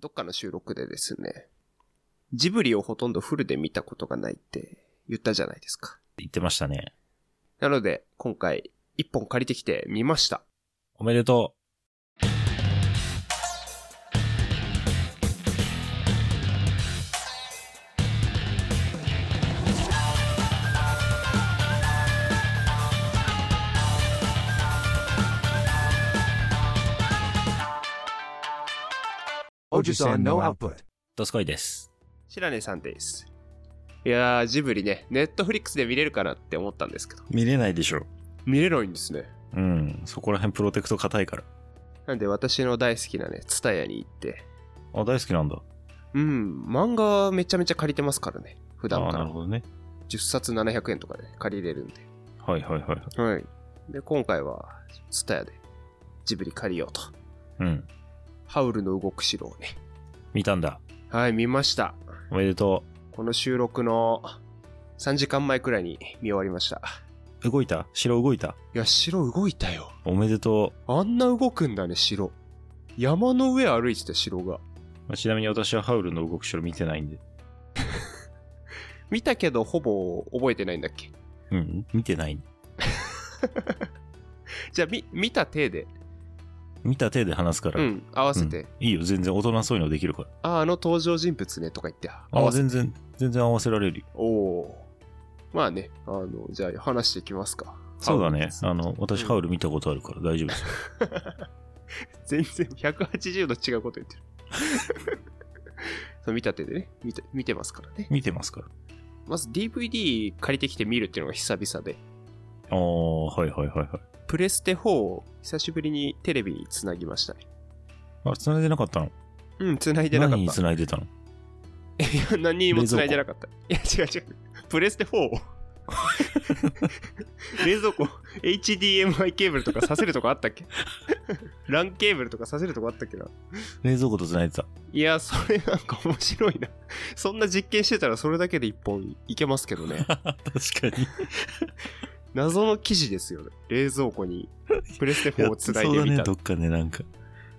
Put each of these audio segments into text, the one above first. どっかの収録でですね、ジブリをほとんどフルで見たことがないって言ったじゃないですか。言ってましたね。なので、今回、一本借りてきて見ました。おめでとおじさん no output. う。ドスコイです。白根さんです。いやー、ジブリね、ネットフリックスで見れるかなって思ったんですけど、見れないでしょ。見れないんですね。うん。そこら辺プロテクト硬いから。なんで私の大好きなね、ツタヤに行って、あ、大好きなんだ。うん、漫画めちゃめちゃ借りてますからね、普段あかなるら。ほどね。 10冊700円とかで借りれるんで。はいはいはい。はい。で、今回は、ツタヤでジブリ借りようと。うん。ハウルの動く城をね。見たんだ。はい、見ました。おめでとこの収録の3時間前くらいに見終わりました。う。動いた城動いたいや、城動いたよ。おめでとあんな動くんだね、城。山の上歩いてた城が。う。まあちなみに私はハウルの動く城見てないんで。見たけど、ほぼ覚えてないんだっけ。うん。見てない。じゃあ、み、見た体で。見た手で話すから。う。ん、合わせて。いいよ。全然大人そういうのできるから。あ、あの登場人物ね、とか言って。合あ、わせ全然、全然合わせられるよ。おおー。まあね、あの、じゃあ話していきますか。そうだね。ハあウルのの、私ハウル見たことあるから大丈夫ですよ。 全然180度違うこと言ってる。 そう見た手でね見て、見てますからね。見てますから。まず DVD 借りてきて見るっていうのが久々で、ああ、はいはいはいはい。プレステ4を久しぶりにテレビにつなぎましたね。あれ、繋いでなかったのうん、つないでなか何っにた。繋いでたのいや、 何にもつないでなかった。いや、違う違う。プレステ4を。 冷蔵庫、HDMI ケーブルとかさせるとこあったっけランケーブルとかさせるとこあったっけな冷蔵庫と繋いでた。いや、それなんか面白いな。そんな実験してたらそれだけで一本いけますけどね。確 かに。謎の記事ですよね。冷蔵庫にプレステ4をつないでみそうたいだなね、どっかね、なんか。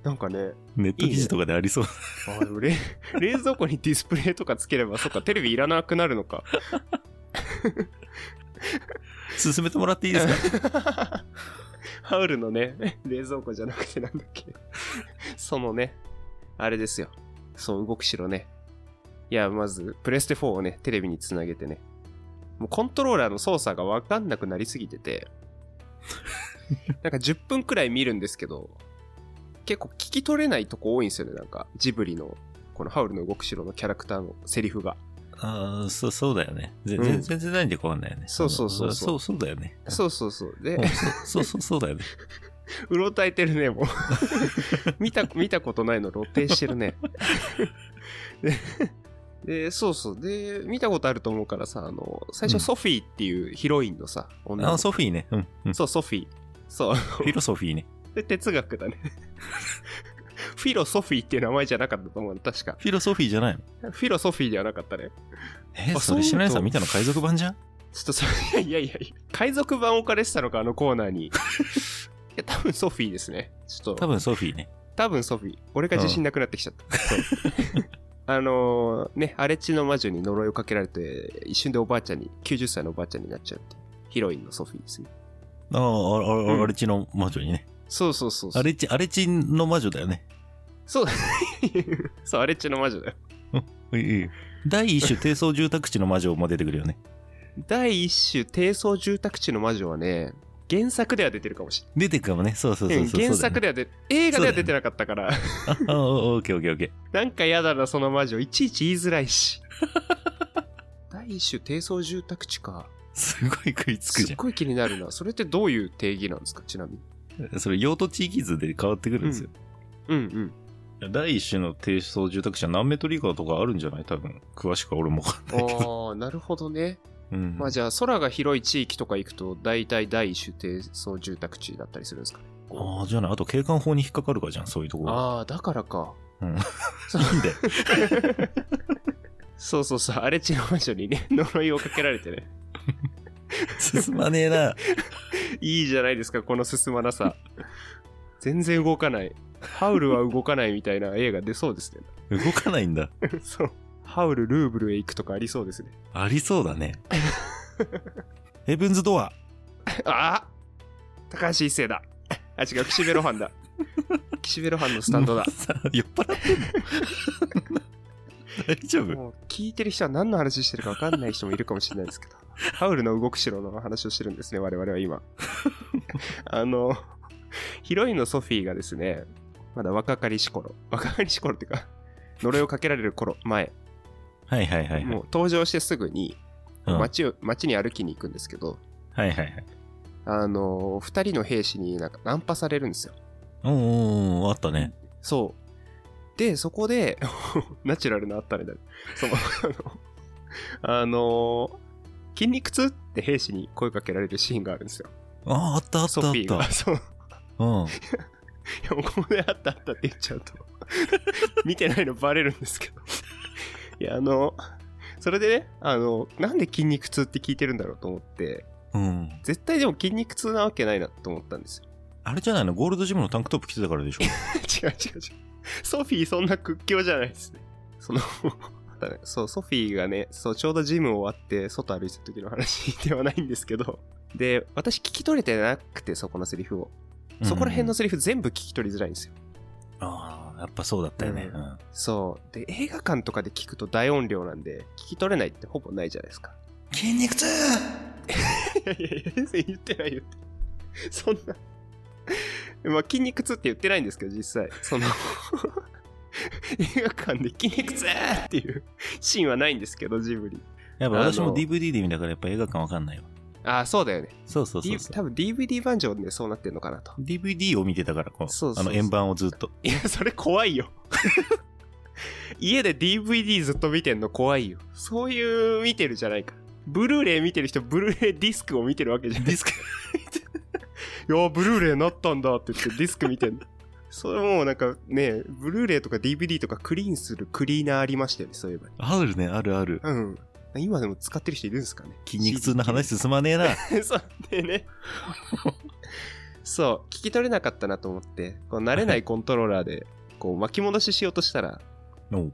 なんかね、ネット記事とかでありそう。あでもれ 冷蔵庫にディスプレイとかつければ、そっか、テレビいらなくなるのか。進めてもらっていいですかハウルのね、冷蔵庫じゃなくてなんだっけ。そのね、あれですよ。そう、動くしろね。いや、まず、プレステ4をね、テレビにつなげてね。もうコントローラーの操作がわかんなくなりすぎてて、なんか10分くらい見るんですけど、結構聞き取れないとこ多いんですよね、なんか、ジブリの、このハウルの動くしろのキャラクターのセリフが。 ああ、そう、そうだよね。全う然、ん全然何でかわかんないよね。そうそうそうそそうう。そうだよね。そうそうそう。で、うんそうそう、そうだよね。うろたえてるね、もう。 見た、見たことないの露呈してるね。 で、でそうそう。で、見たことあると思うからさ、あの、最うん初ソフィーっていうヒロインのさ、女のあ子ソフィーね。 うん。うんそう、ソフィー。そう。 フィロソフィーね。で、哲学だね。 フィロソフィーっていう名前じゃなかったと思うの確か。フィロソフィーじゃないのフィロソフィーではなかったね。えあそそうれ白根そさうん見たの海賊版じゃんちょっとそれ、 いやいやいや、海賊版置かれてたのか、あのコーナー に。いや、多分ソフィーですね。ちょっと。多分ソフィーね。多分ソフィー。俺が自信なくなってきちゃった。 そうあのーね、荒れ地の魔女に呪いをかけられて、一瞬でおばあちゃんに、90歳のおばあちゃんになっちゃうっていうヒロインのソフィーですね。ああ、あれ、あうんれ荒地の魔女にね。そうそうそうそう。荒地、荒地の魔女だよね。そう、 そう、荒れ地の魔女だよ。第一種低層住宅地の魔女も出てくるよね。第一種、低層住宅地の魔女はね、原作では出てるかもしれない。出てくるもね。そうそうそうそう。原作で。では出、映画では出てなかったから、ああ、 あオッケーオッケーオッケー。なんか嫌だな、その魔女。いちいち言いづらい し。第一種、低層住宅地か。すごい食いつくすじっごい気になるな。それってどういう定義なんですか、ちなみに。ゃん。それ用途地域図で変わってくるんですよ。うんうん。第一種の低層住宅地は何メートル以下とかあるんじゃない多分。詳しくは俺もわかんないけど。ああ、なるほどね。うんまあじゃあ、空が広い地域とか行くと、大体第一種低層住宅地だったりするんですかね。ああ、じゃあない。あと景観法に引っかかるかじゃん、そういうところ。ああ、だからか。うんそういいんだよ。 そうそうそう、荒れ地の魔女にね、呪いをかけられてね。進まねえな。いいじゃないですか、この進まなさ。全然動かない。ハウルは動かないみたいな映画出そうですね。動かないんだ。そう。ハウル、ルーブルへ行くとかありそうですね。ありそうだね。ヘブンズドア。 あ高橋一生だ。あ、違う、岸辺露伴 だ。岸辺露伴のスタンドだもう。さ酔っ払ってんの大丈夫もう聞いてる人は何の話してるか分かんない人もいるかもしれないですけど、ハウルの動く城の話をしてるんですね、我々は 今。あの、ヒロインのソフィーがですね、まだ若かりし頃、若かりし頃っていうか、呪いをかけられる頃、前、はいはいはいはい。もう登場してすぐにうんはい街を、街に歩きに行くんですけど、はいはい。あの、二人の兵士になんかナンパされるんですよ。おーおーおーあったね。そう。で、そこで、 ナチュラルなあったねだね。その、あの、あの筋肉痛って兵士に声かけられるシーンがあるんですよ。ああ、あったあったソあフっィーが。た。そう。いうん。や、もうここであったあったって言っちゃうと、 見てないのバレるんですけど。いや、あの、それでね、あの、なんで筋肉痛って聞いてるんだろうと思って、うん。絶対でも筋肉痛なわけないなと思ったんですよ。あれじゃないのゴールドジムのタンクトップ着てたからでしょ 違う違う違う。ソフィーそんな屈強じゃないですね。その、 だねそう、ソフィーがね、そう、ちょうどジム終わって、外歩いてた時の話ではないんですけど、で、私聞き取れてなくて、そこのセリフを。そこら辺のうんセリフ全部聞き取りづらいんですよ。ああ、やっぱそうだったよね。ううんん。そう。で、映画館とかで聞くと大音量なんで、聞き取れないってほぼないじゃないですか。筋肉痛いやいやいや、全然言ってない言ってない。そんな。まあ、筋肉痛って言ってないんですけど、実際。その、映画館で筋肉痛っていうシーンはないんですけど、ジブリ。やっぱ私あもの DVD で見たからやっぱ映画館わかんないわ。ああ、そうだよね。そうそうそう D- そう。多分 DVD 版上でそうなってんのかなと。 DVD を見てたから、こそううそあうそうの円盤をずっと。いや、それ怖いよ。家で DVD ずっと見てんの怖いよ。そういう見てるじゃないか。ブルーレイ見てる人、ブルーレイディスクを見てるわけじゃないディスク。いやーブルーレイなったんだって言ってディスク見てんの それもうなんかねブルーレイとか DVD とかクリーンするクリーナーありましたよねそういえばあるね、あるある。うん今でも使ってる人いるんですかね筋肉痛の話進まねえな。 そうで ねそう聞き取れなかったなと思ってこう慣れないコントローラーでこう巻き戻ししようとしたらおう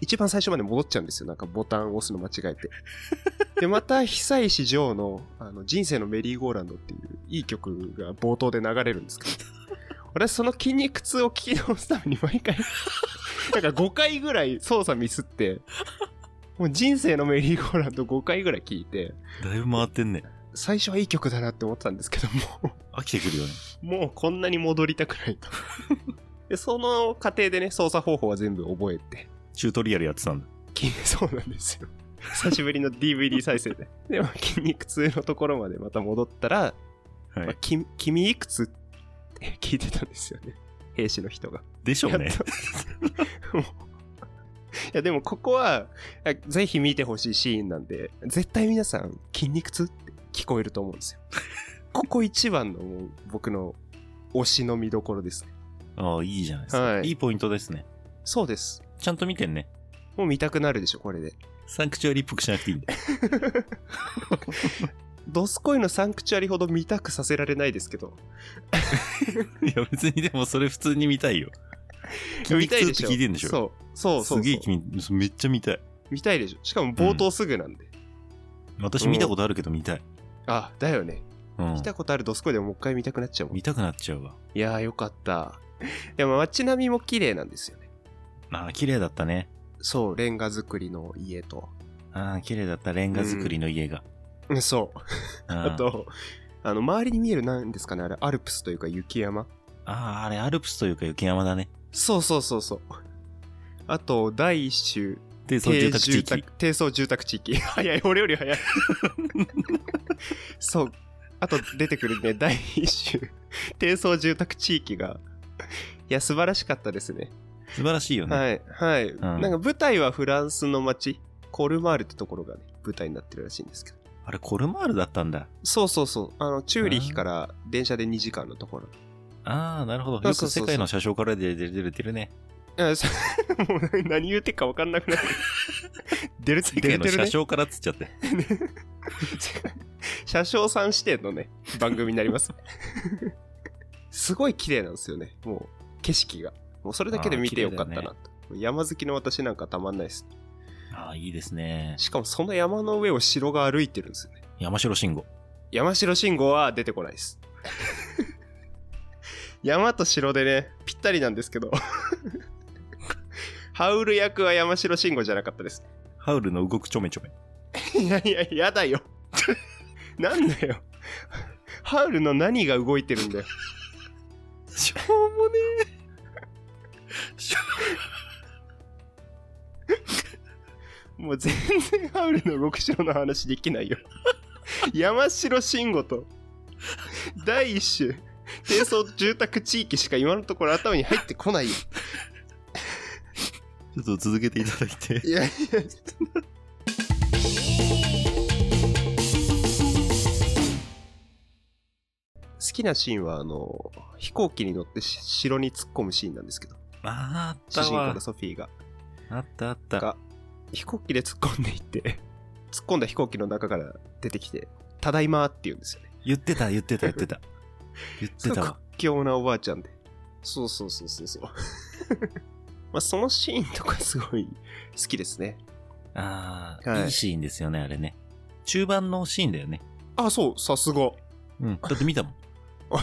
一番最初まで戻っちゃうんですよなんかボタンを押すの間違えてでまた久石譲のあの「人生のメリーゴーランド」っていういい曲が冒頭で流れるんですけど俺はその筋肉痛を聞き直すために毎回 なんか5回ぐらい操作ミスってもう人生のメリーゴーランド5回ぐらい聞いてだいぶ回ってんね。最初はいい曲だなって思ってたんですけども飽きてくるよね。うもうこんなに戻りたくないとでその過程でね操作方法は全部覚えてチュートリアルやってたんだ。筋そうなんですよ。久しぶりの DVD 再生で。でも筋肉痛のところまでまた戻ったら、はまあい。き君いくつって聞いてたんですよね。兵士の人が。でしょうやねっ。ともういやでもここはあぜひ見てほしいシーンなんで絶対皆さん筋肉痛って聞こえると思うん ですよここ一番のもう僕の推しの見どころですねああ、いいじゃないですか。はいいいポイントですね。そうですちゃんと見てんね。もう見たくなるでしょこれ でサンクチュアリっぽくしなくていいんだよ。ドスコイのサンクチュアリほど見たくさせられないですけどいや、別にでもそれ普通に見た いよ。筋見肉た痛いっでてしょ聞いてんでしょ。うそうそうそうそうすげえ君、そめっちゃ見たい。見たいでしょしかも冒頭すぐなんで、私見たことあるけど見たい。あだよねうん見。たことあるドスコイでももう一回見たくなっちゃうもんい見たくなっちゃうわ。やーよかったでも街並みも綺麗なんですよねああ、綺麗だったね。そうレンガ造りの家とああ、綺麗だった。レンガ造りの家うんが。そうあああとあの周りに見えるなんですかねあれアルプスというか雪山ああ、あれアルプスというか雪山だね。そうそうそうそうあと第一種で、そう住宅地域。低層住宅地域 早い俺より早い そうあと出てくるね第一種低層住宅地域がいや素晴らしかったですね素晴らしいよね。はいはい、んなんか舞台はフランスの町コルマールってところがね舞台になってるらしいんですけどあれ、コルマールだったんだ。そうそうそうあのチューリヒから電車で2時間のところああ、なるほど。そうよそくうそうそう世界の車掌から出る出る出るね。あそうもう何言うてっか分かんなくな ってる出る世出界れのてるね車掌からっつっちゃって。 車掌さん視点のね番組になりますすごい綺麗なんですよねもう景色が。もうそれだけで見てよかったなあーと。山好きの私なんかたまんないです。ああ、いいですね。しかもその山の上を城が歩いてるんですよね。山城信号。山城信号は出てこないです。山と城でね、ぴったりなんですけど。ハウル役は山城信号じゃなかったです。ハウルの動くちょめちょめ。いやいや、やだよ。なんだよ。ハウルの何が動いてるんだよ。しょうもねもう全然ハウルの六章の話できないよ。 山城慎吾と第一種低層住宅地域しか今のところ頭に入ってこないよ。ちょっと続けていただい て。いやいや。好きなシーンはあの飛行機に乗ってし城に突っ込むシーンなんですけどあーあっ主た人公わの。ソフィーがあったあった。が飛行機で突っ込んでいって突っ込んだ飛行機の中から出てきて「ただいま」って言うんですよね言ってた、言ってた、言ってた。言っ てたすごいわ。屈強なおばあちゃんでそうそうそうそう そうまあそのシーンとかすごい好きですねあはあ、いいいシーンですよね、あれね。中盤のシーンだよね。あそうさすが、うん。だって見たもん。ま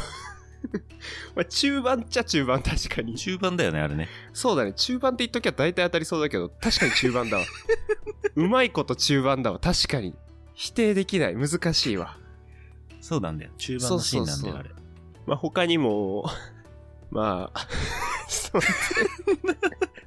あ、中盤っちゃ中盤確かに中盤だよね、あれね。そうだね中盤って言っときゃ大体当たりそうだけど確かに中盤だわ うまいこと中盤だわ確かに否定できない難しいわそうなんだよ。中盤のシーンなんだよ、そあうれ。まあ他にもまあ そう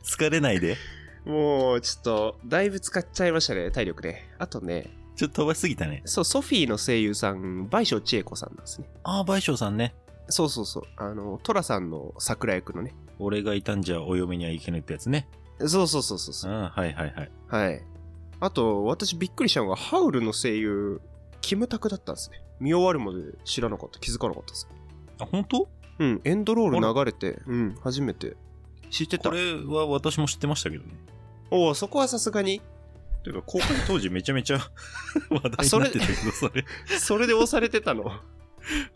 疲れないで。もうちょっとだいぶ使っちゃいましたね体力ねあとねちょっと飛ばしすぎたね。そうソフィーの声優さん倍賞千恵子さんなんですねああ、倍賞さんね。そうそうそうあの寅さんの桜役のね俺がいたんじゃお嫁にはいけないってやつね。そうそうそうそうう、そうんはいはいはい。はいあと私びっくりしたのがハウルの声優キムタクだったんですね見終わるまで知らなかった気づかなかったですあ、本当うんエンドロール流れてうん初めて知ってたこれは私も知ってましたけどね。おおそこはさすがにてか、公開当時めちゃめちゃ 話題になってたけど、それ。 それで押されてたの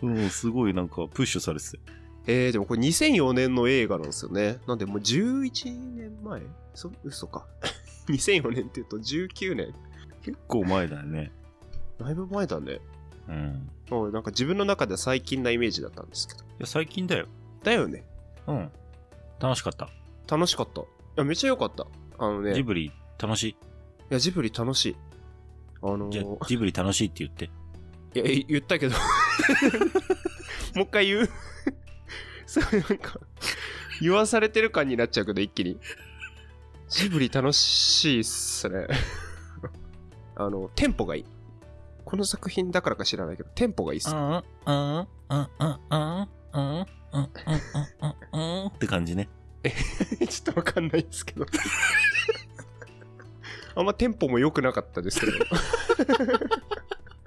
うん、すごいなんかプッシュされてて。えー、でもこれ2004年の映画なんですよね。なんでもう11年前そ嘘か。2004年って言うと19年。結構前だよね。だいぶ前だね。うん。もうなんか自分の中では最近なイメージだったんですけど。いや、最近だよ。だよね。うん。楽しかった。楽しかった。いや、めっちゃ良かった。あのね、ジいブリ楽しい。や、ジブリ楽しい。あのじゃー、あジブリ楽しいって言って。いや、い言った けど。もう一回言う そう、なんか、言わされてる感になっちゃうけど、一気に。ジブリ楽しいっす ね。あの、テンポがいい。この作品だからか知らないけど、テンポがいいっす。ん、うん、うん、うん、うん、うん、うん、うん、うん、って感じね。 ちょっとわかんないんですけど。 あんまテンポも良くなかったですけど。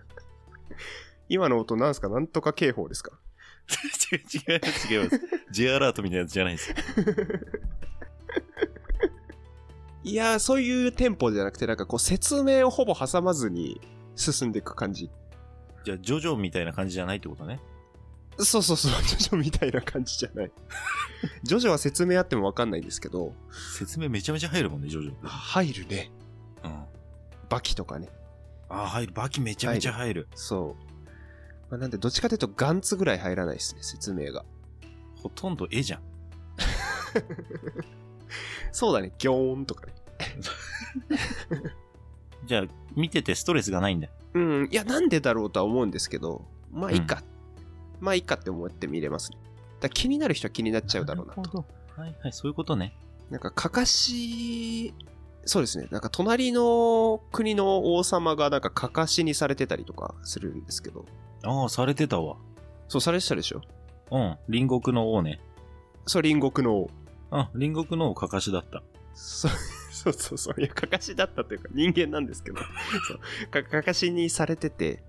今の音なんすかなんとか警報ですか違う違う違います。J アラートみたいなやつじゃないです。いやー、そういうテンポじゃなくて、なんかこう、説明をほぼ挟まずに進んでいく感じ。じゃあ、ジョジョみたいな感じじゃないってことね。そうそうそう、ジョジョみたいな感じじゃ ない。ジョジョは説明あってもわかんないんですけど、説明めちゃめちゃ入るもんね、ジョジョ。あ入るね。うん。あバキとかね。あ、入る。バキめちゃめちゃ入る。そう。まあ、なんで、どっちかというと、ガンツぐらい入らないですね、説明が。ほとんど絵じゃん。そうだね、ギョーンとかね。じゃあ、見ててストレスがないんだ。うん、いや、なんでだろうとは思うんですけど、まあ、いいか。まあ、いいかって思って見れますね。だから気になる人は気になっちゃうだろうなとる。ほど。はいはい、そういうことね。なんか、かかし、そうですね。なんか、隣の国の王様が、なんか、かかしにされてたりとかするんですけど。ああ、されてたわ。そう、されてたでしょうん。隣国の王ね。そう、隣国の王。うん。隣国の王かかしだった。そう、そうそうそう。いや、かかしだったというか、人間なんですけど。そうか。かかしにされてて、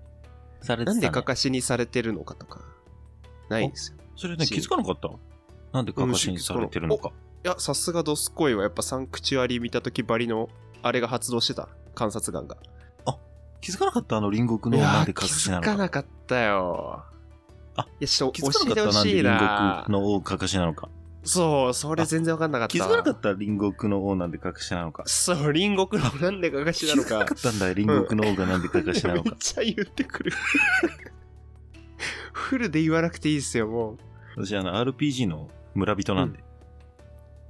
されてなた、ね。んでかかしにされてるのかとか、ないんですよ。それね、気づかなかったなんでかかしにされてるのか。いや、さすがドスコイは、やっぱ、サンクチュアリ見たときばりの、あれが発動してた。観察眼が。気づかなかったあの隣国いの王やなーんでかかしなの気づかか。なかったよ。あいや、ちょっと気教づかえなてかほったなんしでいな隣国の王かかしなのか。そう、それ全然わかんなかった。気づかなかった隣国の王なんで隠しなのか。そう、隣国のなんでかがしなの気づかなかか。ったんだよ、隣国の王がなんでめ隠しなのっか。ちゃ言ってくる。 フルで言わなくていいですよ、もう。私、あの、RPG の村人なんで、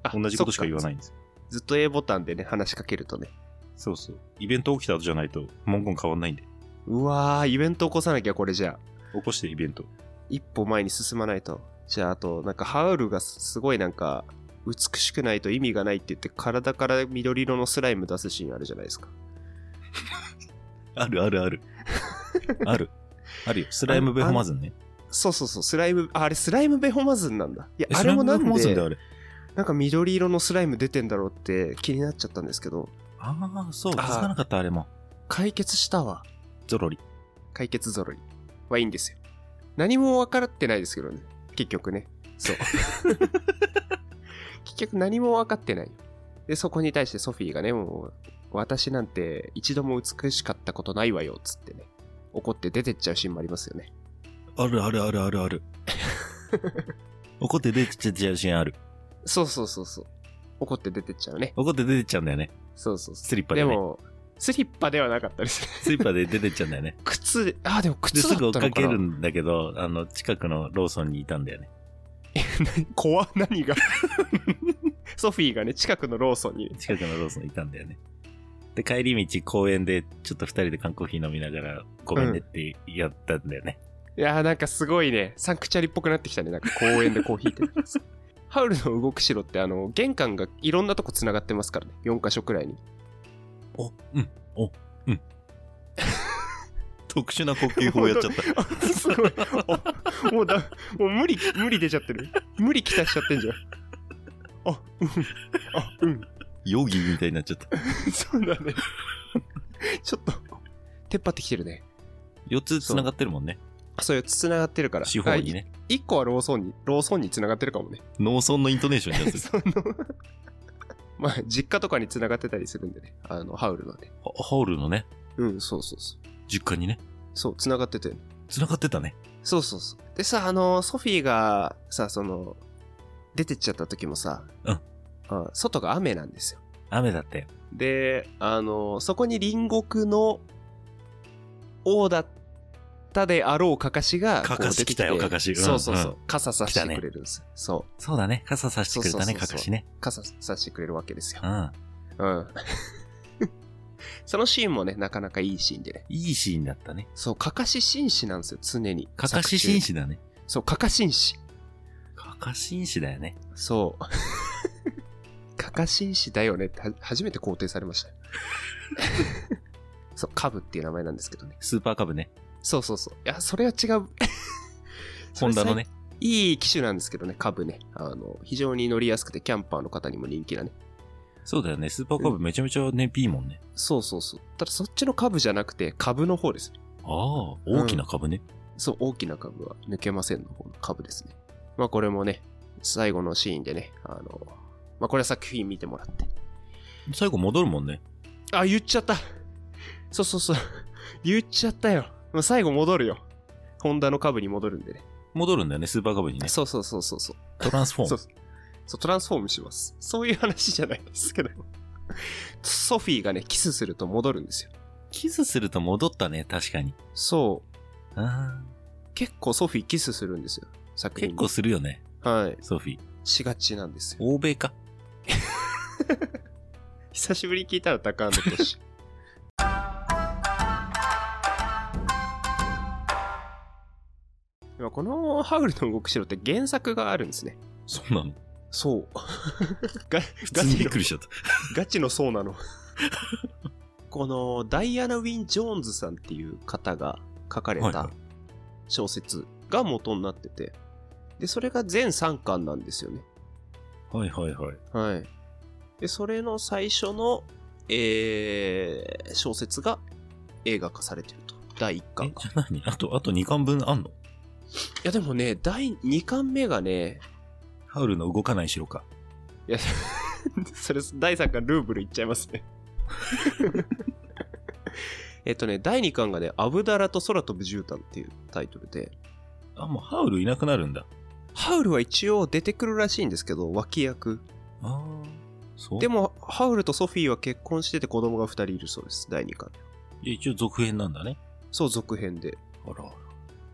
あ。同じことしか言わないいんですよ。ずっと A ボタンでね、話しかけるとね。そうそう。イベント起きた後じゃないと、文言変わんないんで。うわー、イベント起こさなきゃ、これじゃあ。起こして、イベント。一歩前に進まないと。じゃあ、あと、なんか、ハウルがすすごいなんか、美しくないと意味がないって言って、体から緑色のスライム出すシーンあるじゃないですか。あるあるあ る。ある。あるよ。スライムベホマズンね。そうそうそう、スライム、ああれスライムベホマズンなんだ。いや、えあれもなんスライムベホマズンだよで、あれ。なんか緑色のスライム出てんだろうって気になっちゃったんですけど、ああ、そう。気あーづかなかった、あれも。解決したわ。ゾロリ。解決ぞろいはいいんですよ。何も分からってないですけどね。結局ね。そう。 結局何も分かってないよ。で、そこに対してソフィーがね、もう、私なんて一度も美しかったことないわよ、つってね。怒って出てっちゃうシーンもありますよね。あるあるあるあるあ る。怒って出てっちゃうシーンある。そうそうそうそう。怒って出てっちゃうね。怒って出てっちゃうんだよね。そうそうそう。スリッパでねでも、スリッパではなかったですね。 スリッパで出てっちゃうん だよね。靴、あ、でもで、靴だすったぐ追のっかかなけるんだけど、あの、近くのローソンにいたんだよね。怖何が ソフィーがね、近くのローソンに近くのローソンにいたんだよね。で、帰り道公園で、ちょっと二人で缶コーヒー飲みながら、ごめんねってやったんだよね。いやーなんかすごいね、サンクチャリっぽくなってきたね、なんか公園でコーヒーってなんか さ。ハウルの動く城って、あの、玄関がいろんなとこ繋がってますからね、4箇所くらいに。お、うん、お、うん。 特殊な呼吸法をやっ ちゃった。すごい。お もうだ、もう無理、無理出ちゃってる。無理きたしちゃってんじゃん。あ、うん。あ、うん。ヨギみたいになっちゃった。そうだね。ちょっと、テっ張ってきてるね。 4つ繋がってるもんね。そういう繋がってるから。四方にね。 1個はローソンに、ローソンに繋がってるか もね。農村のイントネーションに なってる。その、 まあ、実家とかに繋がってたりするんでね、あの、ハウルのね。ホホールのね、うん、そうそうそう。実家にね、そう、繋がってて。繋がってたね。そうそうそう。でさ、あの、ソフィーがさ、その、出てっちゃった時もさ、うんあ外が雨なんですよ。雨だったよ。で、あの、そこに隣国の王だったであろうカカシが、カカこシう出て来たよカカシうんそうそうそう。う傘さして来たねくれるんですよ。そう。そうだね。傘さしてくれたね、そうそうそうそかうかしね。傘さしてくれるわけですよう。ん。うん。 そのシーンもね、なかなかいいシーンでね。いいシーンだったね。そう、カカシ紳士なんですよ、常に。かかし紳。士だね。そう、カカ紳士。かかし紳士だよね。そう。 カカシン氏だよねっては初めて肯定されま したよ。そう、カブっていう名前なんですけどね。スーパーカブね。そうそうそう。いや、それは違 う。ホンダのね。いい機種なんですけどね、カブね。あの、非常に乗りやすくて、キャンパーの方にも人気なね。そうだよね。スーパーカブめちゃめちゃ燃費いいもんね。そうそうそう。ただそっちのカブじゃなくて、カブの方ですね。ああ、大きなカブね。そう、大きなカブは抜けませんの方のカブですね。まあこれもね、最後のシーンでね、あの、まあこれは作品見てもらって。最後戻るもんね。あ、言っちゃった。そうそうそう。言っちゃったよ。もう最後戻るよ。ホンダの株に戻るんでね。戻るんだよね、スーパーカブにね。そうそうそうそうそう。トランスフォーそうム。そう、トランスフォームします。そういう話じゃないですけど。ソフィーがね、キスすると戻るんですよ。キスすると戻ったね、確かに。そう。あ結構ソフィーキスするんですよ。ー作品結に構するよね、はい。ソフィー。しがちなんですよ。欧米か。久しぶりに聞いたら高安とし。でもこのハウルの動く城って原作があるんですね。そうなの。そう。ガ普ガ通にチびっのく、りしちゃった。ガチのそうなの。このダイアナ・ウィン・ジョーンズさんっていう方が書かれはいはた小説が元になってて、で、それが全3巻なんですよね。はいはいはい。はい。で、それの最初の、えー小説が映画化されてると。第1え巻、が。じゃあ何あと、あと2巻分あんのいや、でもね、第2巻目がね、ハウルの動かない城か。いや、 それ、第3巻ルーブルいっちゃいます ね。えっとね、第2巻がね、アブダラと空飛ぶ絨毯っていうタイトルで、あ、もうハウルいなくなるんだ。ハウルは一応出てくるらしいんですけど、脇役。ああ、そう。でも、も、ハウルとソフィーは結婚してて子供が2人いるそうです、第2巻。一応続編なんだね。そう、続編で。あらあら。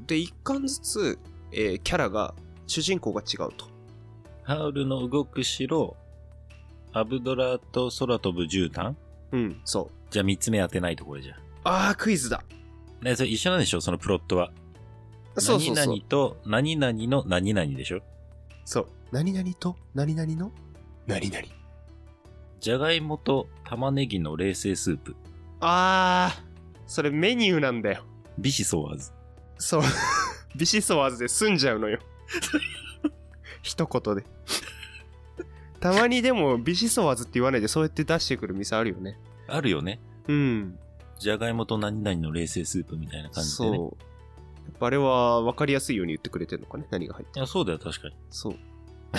で、1巻ずつ、えーキャラが、主人公が違うと。ハウルの動く城、アブドラと空飛ぶ絨毯うん、そう。じゃあ三つ目当てないとこれじゃ。あー、クイズだ。ね、それ一緒なんでしょそのプロットは。そうそうそう何。々と何々の何々でしょそう。何々と何々の何々。じゃがいもと玉ねぎの冷製スープ。あー、それメニューなんだよ。ビシソワーズ。そう。 ビシソワーズで済んじゃうのよ。 一言で。たまにでもビシソワーズって言わないでそうやって出してくる店あるよね。あるよね。うん。じゃがいもと何々の冷製スープみたいな感じでね。そう。やっぱあれは分かりやすいように言ってくれてるのかね何が入ってるいやそうだよ、確かに。そう。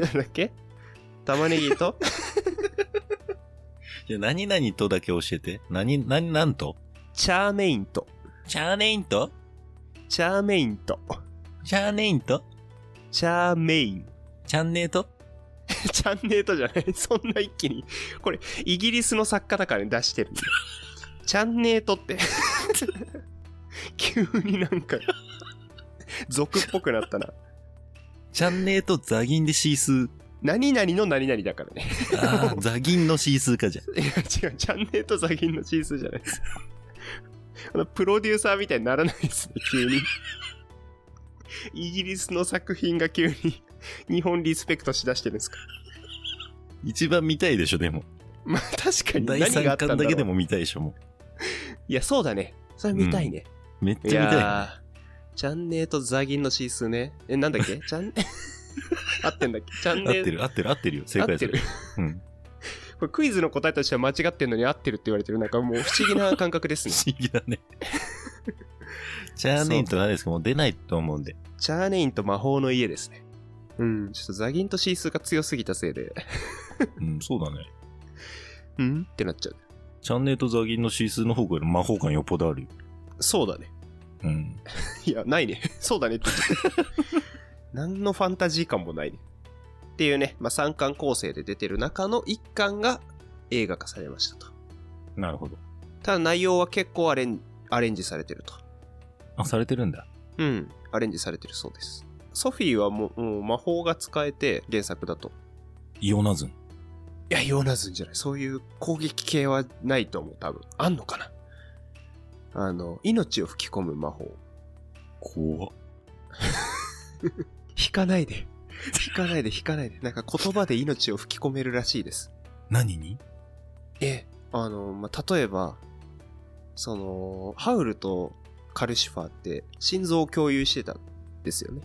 なんだっけ玉ねぎとじゃあ何々とだけ教えて。何、何、なんと チャーメインとチャーネインとチャーメインとチャーネインとチャーメインチャンネイと チャンネートじゃない そんな一気に。これ、イギリスの作家だから、ね、出 してるんだよ。チャンネート って。急になんか、俗っぽくなったな。チャンネイとザギンでシースー。何々の何々だからね。あーザギンのシースーかじゃ。いや、違う。チャンネートザギンのシースーじゃないです。あの、プロデューサーみたいにならないですね、急に。イギリスの作品が急に日本リスペクトしだしてるんですか。一番見たいでしょ、でも。まあ確かに第何があ3った巻んだだろけうでも見たいでしょ、もいや、そうだね。それ見たいね。う。めっちゃ見いたいね、やーチャンネーとザギンのシースーね。え、なんだっ けチャン、 合ってんだっけチャンネー合ってる、合ってる、合ってるよ。正合解ってするる。。うん。これクイズの答えとしては間違ってんのに合ってるって言われてる。なんかもう不思議な感覚です不ね。思議だね。チャーネインと何ですかもう出ないと思うんで。チャーネインと魔法の家ですね。うん、ちょっとザギンとシースーが強すぎたせいで、うん、そうだね。うんってなっちゃう。チャンネイとザギンのシースーの方が魔法感よっぽどあるよ。そうだね。うん。いや、ないね。 そうだねって言っちゃった。何のファンタジー感もないね。っていうね、まあ、3巻構成で出てる中の1巻が映画化されましたと。なるほど。ただ内容は結構アレンアレンジされてると。あ、されてるんだ。うん。アレンジされてるそうです。ソフィーはもうもう魔法が使えて原作だと。イオナズン。いや、ヨーナズンじゃない。そういう攻撃系はないと思う、多分。あんのかなあの、命を吹き込む魔法。怖引かないで。引かないで、引かないで。なんか言葉で命を吹き込めるらしいです。何にえ、あの、まあ、例えば、その、ハウルとカルシファーって心臓を共有してたんですよね。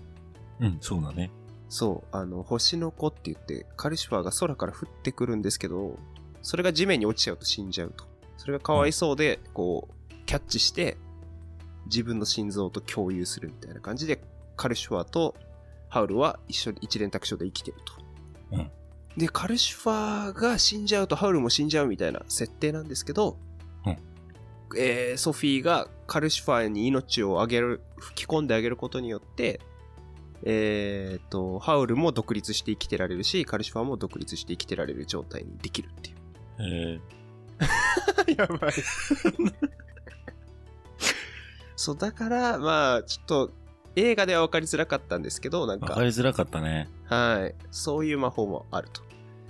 うん、そうだね。そう、あの、星の子って言って、カルシファーが空から降ってくるんですけど、それが地面に落ちちゃうと死んじゃうと。それがかわいそうで、こう、キャッチして、自分の心臓と共有するみたいな感じで、カルシファーとハウルは一緒に一連卓上で生きてると。うんで、カルシファーが死んじゃうとハウルも死んじゃうみたいな設定なんですけど、うんえーソフィーがカルシファーに命をあげる、吹き込んであげることによって、えー、と、ハウルも独立して生きてられるし、カルシファーも独立して生きてられる状態にできるっていえう。やばい。そう、だから、まあ、ちょっと、映画では分かりづらかったんですけど、なんわかか、りづらかったね。はい。そういう魔法もあると。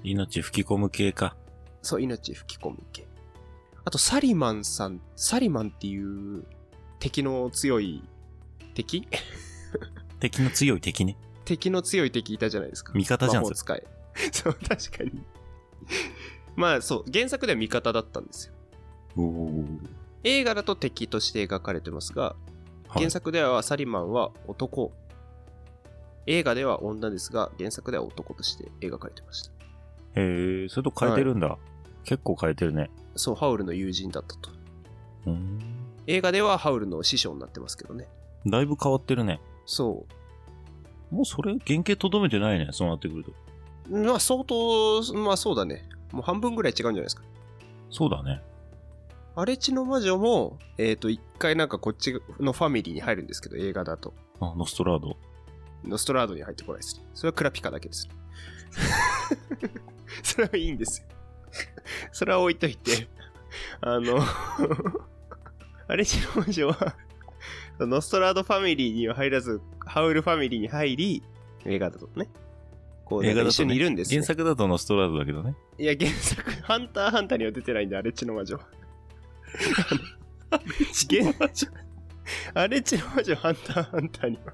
命吹き込む系か。そう、命吹き込む系。あと、サリマンさん、サリマンっていう敵の強い敵 敵の強い敵ね。敵の強い敵いたじゃないですか。味方じゃん、魔法そ使い。 そう、確かに。まあそう、原作では味方だったんですよ。れ。おー映画だと敵として描かれてますが、はい原作ではサリマンは男。映画では女ですが、原作では男として描かれてました。へえ、それと変えてるんだ。結構変えてるね。そう、ハウルの友人だったと。うーん。映画ではハウルの師匠になってますけどね。だいぶ変わってるね。そもうそれ、原型とどめてないね。そうなってくると。う。まあ相当、まあそうだね。もう半分ぐらい違うんじゃないですか。そうだね。荒地の魔女も、えっ、と、一回なんかこっちのファミリーに入るんですけど、映画だと。あ、ノストラード。ノストラードには入ってこないですね。それはクラピカだけですね。 それはいいんですよ。それは置いといて、あの、アレジロンは、ノストラードファミリーには入らず、ハウルファミリーに入り、映画だとね、こう、映画だとね一緒にいるんですよ、原作だとノストラードだけどね。いや、原作、ハンターハンターには出てないんで、アレッチの魔女。原アレッチの魔女、ハンターハンターには。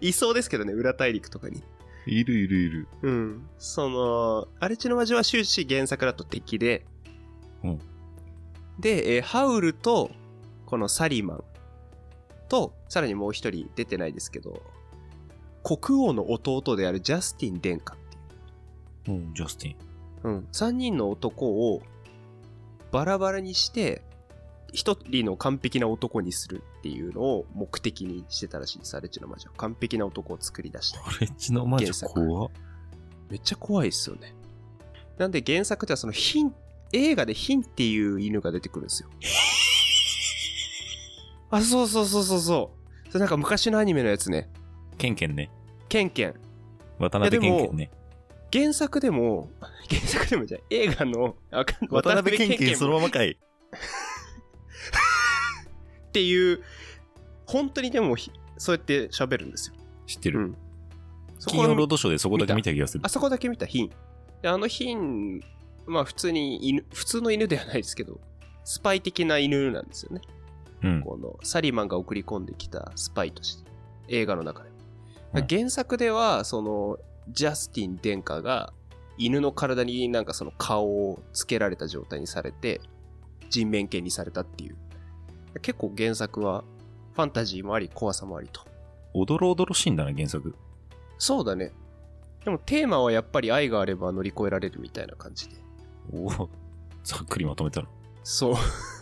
いそうですけどね、裏大陸とかに。いるいるいる。うん。その、アレッチの魔女は終始原作だと敵で。うんで、えーハウルと、このサリマンと、さらにもう一人出てないですけど、国王の弟であるジャスティン殿下っていううん、ジャスティン。うん、3人の男をバラバラにして1人の完璧な男にするっていうのを目的にしてたらしいですアレッチの魔女完璧な男を作り出したオレンジの魔女原作怖っめっちゃ怖いですよねなんで原作ではそのヒン映画でヒンっていう犬が出てくるんですよ あそうそうそうそうそうそれなんか昔のアニメのやつねケンケンね。ケンケン渡辺ケンケンね。原作でも原作でもじゃない映画のあかん渡辺ケンケンもそのままかい。っていう本当にでもひそうやって喋るんですよ知ってうるん。そ金曜ローこドショーでそこだけ見た気がするあ。そこだけ見たヒンであのヒンまあ普通に犬普通の犬ではないですけどスパイ的な犬なんですよね、うん。このサリマンが送り込んできたスパイとして映画の中で、うん原作ではそのジャスティン殿下が犬の体になんかその顔をつけられた状態にされて人面犬にされたっていう結構原作はファンタジーもあり怖さもありとおどろおどろしいんだな、原作。そうだね。でもテーマはやっぱり愛があれば乗り越えられるみたいな感じで。おお。ざっくりまとめたの。そう。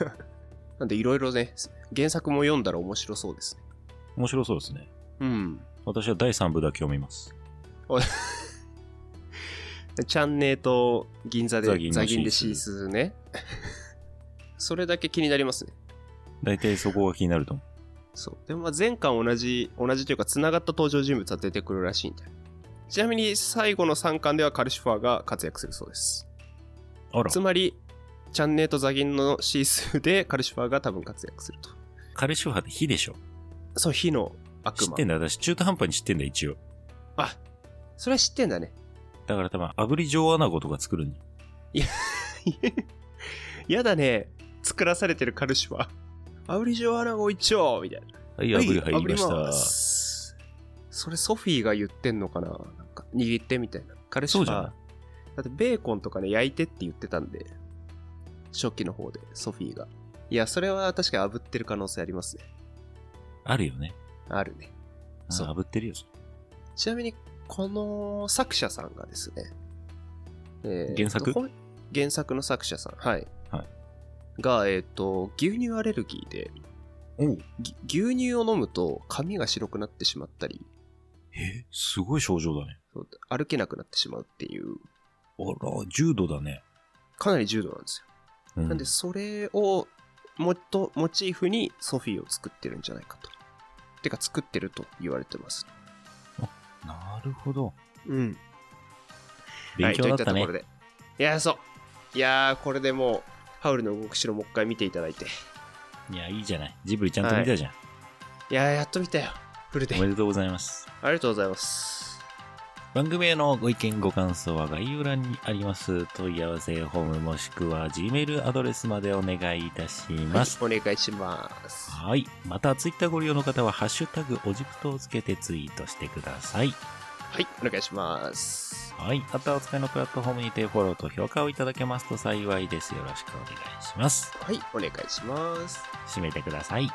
なんでいろいろね、原作も読んだら面白そうですね。面白そうですね。うん。私は第3部だけを見ます。チャンネーと銀座でザギンのザギンでシシーースーね。 それだけ気になりますね。大体そこが気になると思そう。でもまあ前回同じ、同じというか繋がった登場人物は出てくるらしいんだよ。ちなみに最後の3巻ではカルシファーが活躍するそうです。う。あらつ。まり、チャンネーとザギンのシースーでカルシファーが多分活躍すると。彼氏派って火でしょ。そう、火の悪知魔。ってんだ。私中途半端に知ってんだ、一応。あ、それは知ってんだね。 だから多分、炙り上アナゴとか作るんだよやだね。作らされてるカルシフ ァー。アウリジョアナゴ一丁みたいな。はい、炙り入りまし炙りまた。すそれソフィーが言ってんのかななんか握ってみたいな。カルシそファうー。じだゃなってベーコンとかね、焼いてって言ってたんで。初期の方で、ソフィーが。いや、それは確かに炙ってる可能性ありますね。あるよね。あるね。そうあ炙ってるよ。そちなみに、この作者さんがですね、え原作本原作の作者さん、はい。はいが、えっ、と、牛乳アレルギーで、れおうぎ牛乳を飲むと髪が白くなってしまったり、えすごい症状だね。そう歩けなくなってしまうっていう、あら、重度だね。かなり重度なんですよ。うんなんで、それをもっとモチーフにソフィーを作ってるんじゃないかと。てか、作ってると言われてます。なるほど。うん。勉強だはい、ったねとい。ったところで。いや、そう。いやー、これでもう、ハウルの動く城もう一回見ていただいて。いや、いいじゃない。ジブリちゃんと見たじゃん。いやー、やっと見たよ。フルで。おめあでとうございます。りがとうございます。番組へのご意見、ご感想は概要欄にあります。問い合わせフォームもしくは Gmail アドレスまでお願いいたします。お願いします。はい。また、ツイッターご利用の方は、ハッシュタグ、おじくとをつけてツイートしてください。はい、お願いします。はい。また、お使いのプラットフォームにてフォローと評価をいただけますと幸いです。よろしくお願いします。はい、お願いします。締めてください。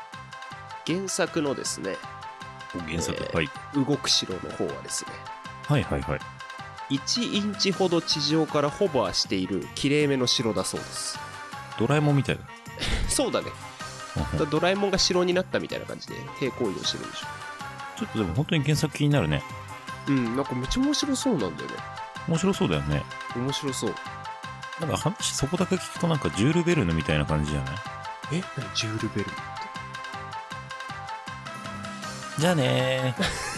原作のですね、原作はい。動く城の方はですね、はいはいはい。 1インチほど地上からホバーしているきれいめの城だそうです。ドラえもんみたいだ。そうだね。だからドラえもんが城になったみたいな感じで平行移動してるんでしょ。ちょっとでも本当に原作気になるね。うん、なんかめっちゃ面白そうなんだよね。面白そうだよね。面白そう。なんか話そこだけ聞くとなんかジュール・ベルヌみたいな感じじゃないえジュール・ベルじゃあねー。